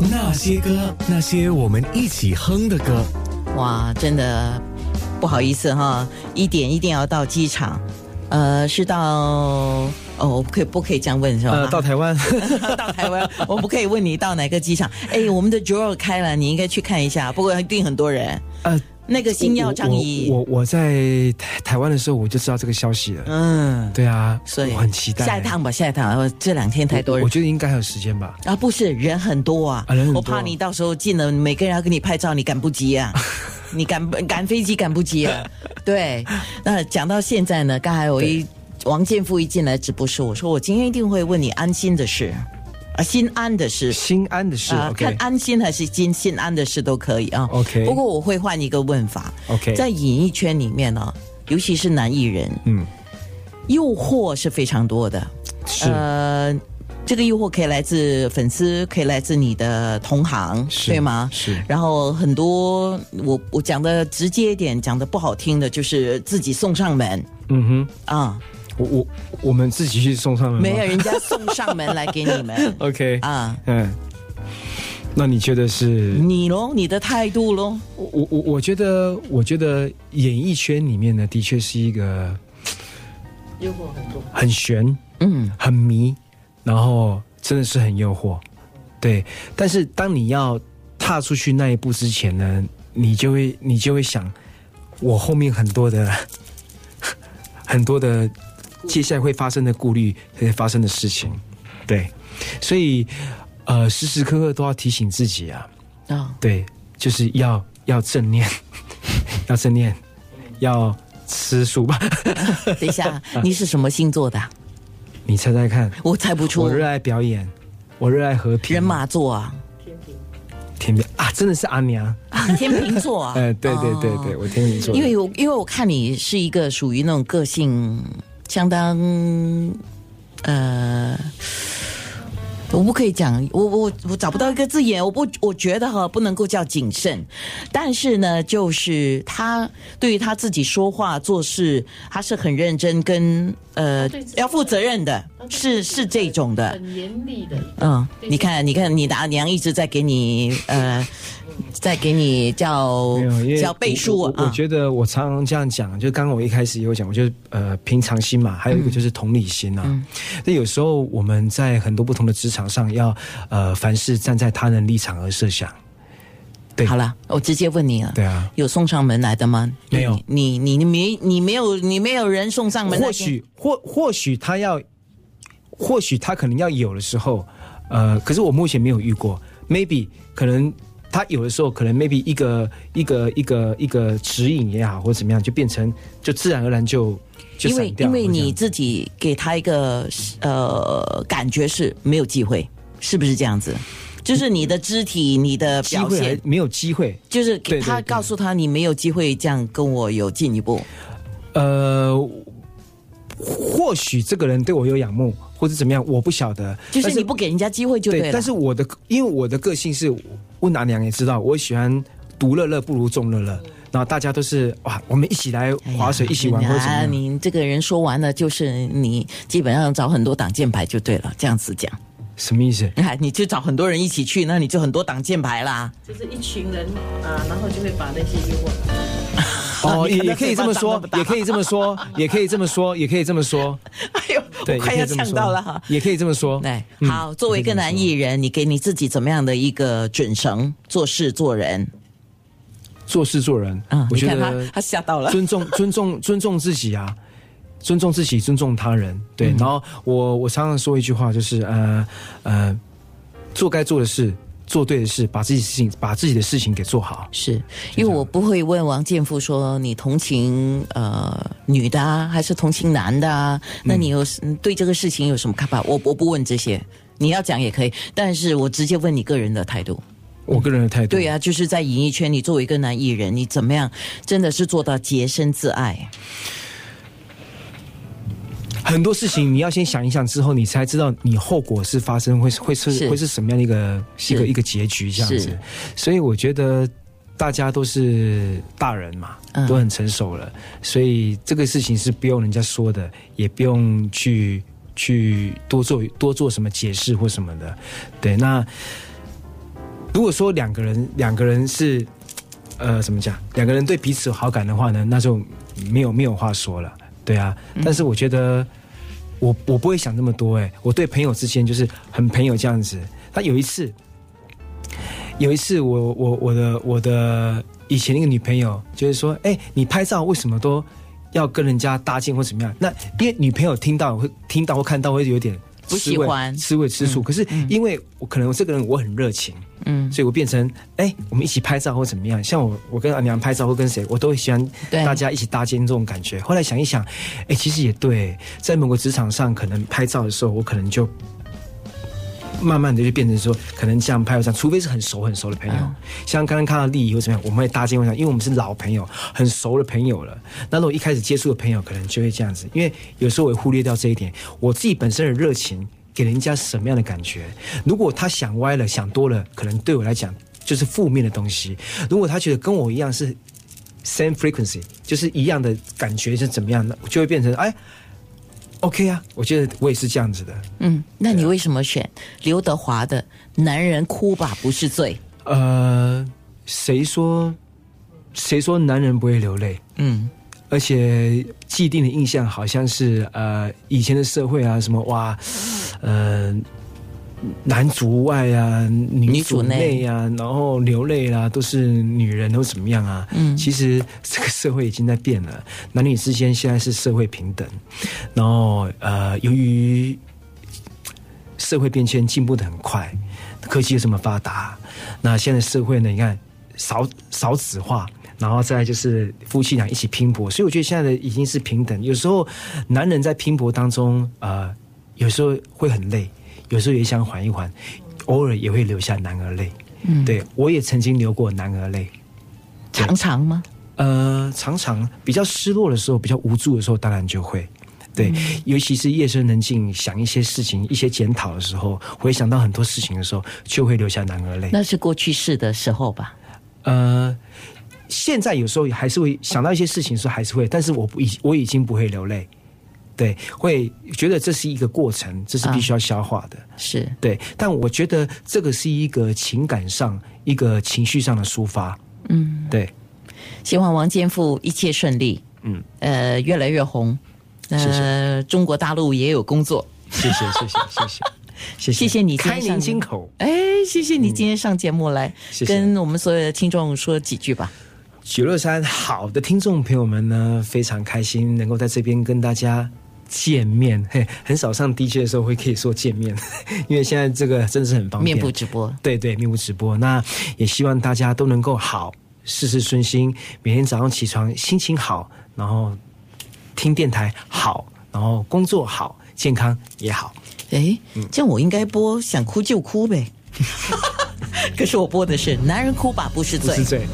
那些歌，那些我们一起哼的歌。哇，真的不好意思哈，一点一定要到机场，呃，是到哦，可以不可以这样问是吧？呃，到台湾， 到台湾，我不可以问你到哪个机场。哎，我们的 j o e 开了，你应该去看一下，不过一定很多人。呃，那个星耀张仪，我我在台台湾的时候我就知道这个消息了。嗯，对啊，所以我很期待。下一趟吧，下一趟，呃这两天太多我人。觉得应该还有时间吧。啊，不是人很多啊，啊人很多我怕你到时候进了，每个人要跟你拍照，你赶不 及啊，你赶赶飞机赶不及啊。对，那讲到现在呢，刚才我一王建富一进来直播室，我说我今天一定会问你安心的事，啊，心安的事。心安的事啊，看，OK 安心还是金心安的事都可以啊。 OK 不过我会换一个问法， OK，在演艺圈里面呢、啊尤其是男艺人，嗯诱惑是非常多的。是呃，这个诱惑可以来自粉丝，可以来自你的同行，是对吗？是然后很多我我讲的直接一点，讲的不好听的，就是自己送上门嗯哼，啊，我我我们自己去送上门吗没有人家送上门来给你 们 OK 啊，嗯，那你觉得是？你咯，你的态度咯，我我我我觉得，我觉得演艺圈里面呢，的确是一个诱惑很多，很悬、嗯。很迷，然后真的是很诱惑，对。但是当你要踏出去那一步之前呢，你就会你就会想，我后面很多的 很多的接下来会发生的顾虑，会发生的事情，对。所以呃，时时刻刻都要提醒自己啊，啊、对，就是要要正念， 要正念，要吃素吧。 等一下，你是什么星座的啊？你猜猜看，我猜不出我，热爱表演，我热爱和平，人马座啊，天平啊，真的是阿娘。啊天秤座啊。 哎、对对对对，哦我天秤座的。因为我因为我看你是一个属于那种个性相当，呃，我不可以讲，我我我找不到一个字眼，我不我觉得哈不能够叫谨慎，但是呢，就是他对于他自己说话做事，他是很认真跟呃对自己要负责任的，是是这种的，很严厉的。嗯，你看，你看，你的阿娘一直在给你呃，在给你叫没有，因为叫背书我我我啊。觉得我常常这样讲，就刚刚我一开始也有讲，我就是呃平常心嘛，还有一个就是同理心啊。嗯那、有时候我们在很多不同的职场上要，呃凡事站在他人立场而设想。对好了，我直接问你了，对啊，有送上门来的吗？没有你你你没你没有你没有人送上门来，或许或或许他要，或许他可能要有的时候，呃，可是我目前没有遇过，maybe 可能。他有的时候可能 maybe 一个一个一个一个指引也好，或者怎么样，就变成就自然而然就就因散为掉了因为这样你自己给他一个呃感觉是没有机会，是不是这样子？就是你的肢体，你的机表会还现，没有机会，就是对对给他对告诉他你没有机会这样跟我有进一步。呃，或许这个人对我有仰慕，或者怎么样，我不晓得。就是但你不给人家机会就对对了。但是我的因为我的个性是，问阿娘也知道，我喜欢独乐乐不如众乐乐。然后大家都是哇，我们一起来嗯哎呀划水，一起玩你或者怎么啊，样你这个人说完了，就是你基本上找很多挡箭牌就对了，这样子讲。什么意思？哎， 你就找很多人一起去，那你就很多挡箭牌啦。就是一群人啊，然后就会把那些诱惑。哦，也你看也可以这么说嘴巴张那么，大也可以这么说，也可以这么说，也可以这么说，哎呦，对， 我快要呛到了哈。也可以这么说，也可以这么说。来，嗯哎好，作为一个男艺人，你给你自己怎么样的一个准绳做事做人做事做人啊？我你觉看得他，他吓到了。尊重尊重尊重自己啊，尊重自己，尊重他人。对，然后我我常常说一句话，就是呃呃，做该做的事，做对的事，把自己事情把自己的事情给做好。是因为我不会问王建富说你同情呃女的啊，还是同情男的啊？那你有、嗯对这个事情有什么看法？我我不问这些，你要讲也可以，但是我直接问你个人的态度。我个人的态度，对啊，就是在演艺圈，你作为一个男艺人，你怎么样真的是做到洁身自爱？很多事情你要先想一想，之后你才知道你后果是发生会是会是是会是什么样的一个是一个一个结局这样是子。所以我觉得大家都是大人嘛嗯，都很成熟了，所以这个事情是不用人家说的，也不用去去多做多做什么解释或什么的。对，那如果说两个人两个人是，呃，怎么讲？两个人对彼此有好感的话呢，那就没有没有话说了，对啊。嗯但是我觉得我我不会想这么多、哎，我对朋友之间就是很朋友这样子。但有一次，有一次我我我的我的以前那个女朋友就是说，哎、你拍照为什么都要跟人家搭建或怎么样？那因为女朋友听到会听到或看到会有点不喜吃味欢吃味吃醋。可是因为我可能我这个人我很热情，嗯，所以我变成哎、我们一起拍照或怎么样？像我，我跟阿娘拍照或跟谁，我都会喜欢对大家一起搭建这种感觉。后来想一想，哎、其实也对，在某个职场上，可能拍照的时候，我可能就慢慢的就变成说，可能这样拍这样，除非是很熟很熟的朋友，像刚刚看到丽怡或怎么样，我们会搭建会上，因为我们是老朋友，很熟的朋友了。那如果一开始接触的朋友，可能就会这样子，因为有时候我会忽略掉这一点，我自己本身的热情给人家什么样的感觉。如果他想歪了、想多了，可能对我来讲就是负面的东西；如果他觉得跟我一样是 same frequency，就是一样的感觉是怎么样，那就会变成哎。OK 啊，我觉得我也是这样子的。嗯，那你为什么啊选刘德华的《男人哭吧不是罪》？呃，谁说谁说男人不会流泪？嗯，而且既定的印象好像是呃以前的社会啊，什么哇，呃。男主外啊，女女主主内啊，然后流泪啦、都是女人，都怎么样啊？嗯，其实这个社会已经在变了，男女之间现在是社会平等，然后呃，由于社会变迁进步的很快，科技又这么发达，那现在社会呢，你看少少子化。然后再来就是夫妻俩一起拼搏，所以我觉得现在的已经是平等。有时候男人在拼搏当中，呃，有时候会很累，有时候也想缓一缓，偶尔也会流下男儿泪。嗯，对我也曾经流过男儿泪。常常吗？呃，常常比较失落的时候，比较无助的时候，当然就会。对，尤其是夜深人静，想一些事情、一些检讨的时候，回想到很多事情的时候，就会流下男儿泪。那是过去式的时候吧。呃，现在有时候还是会想到一些事情，的时候还是会，但是我不已我已经不会流泪，对，会觉得这是一个过程，这是必须要消化的。是，对，但我觉得这个是一个情感上、一个情绪上的抒发。嗯，对，希望王建富一切顺利。嗯，呃，越来越红。呃，谢中国大陆也有工作。谢谢，谢谢，谢谢，谢谢， 谢谢你今天开上您金口。哎，谢谢你今天上节目来，嗯谢谢跟我们所有的听众说几句吧。九六三好的听众朋友们呢，非常开心能够在这边跟大家见面。嘿，很少上 DJ 的时候会可以说见面， 因为现在这个真的是很方便。面部直播，对对，面部直播。那也希望大家都能够好，事事顺心，每天早上起床心情好，然后听电台好，然后工作好，健康也好。哎，这样我应该播 《想哭就哭》呗。可是我播的是《男人哭吧不是不罪》。是罪，